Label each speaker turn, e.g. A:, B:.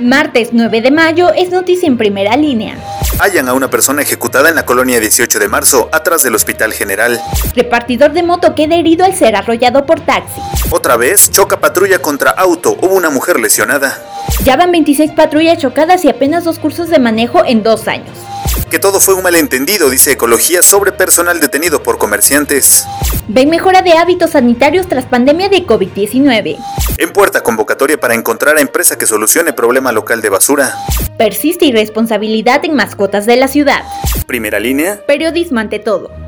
A: Martes 9 de mayo es noticia en primera línea.
B: Hallan a una persona ejecutada en la colonia 18 de marzo, atrás del Hospital General.
A: Repartidor de moto queda herido al ser arrollado por taxi.
B: Otra vez, choca patrulla contra auto, hubo una mujer lesionada.
A: Ya van 26 patrullas chocadas y apenas dos cursos de manejo en dos años.
B: Que todo fue un malentendido, dice Ecología sobre personal detenido por comerciantes.
A: Ven mejora de hábitos sanitarios tras pandemia de COVID-19.
B: En puerta convocatoria para encontrar a empresa que solucione problema local de basura.
A: Persiste irresponsabilidad en mascotas de la ciudad.
B: Primera línea.
A: Periodismo ante todo.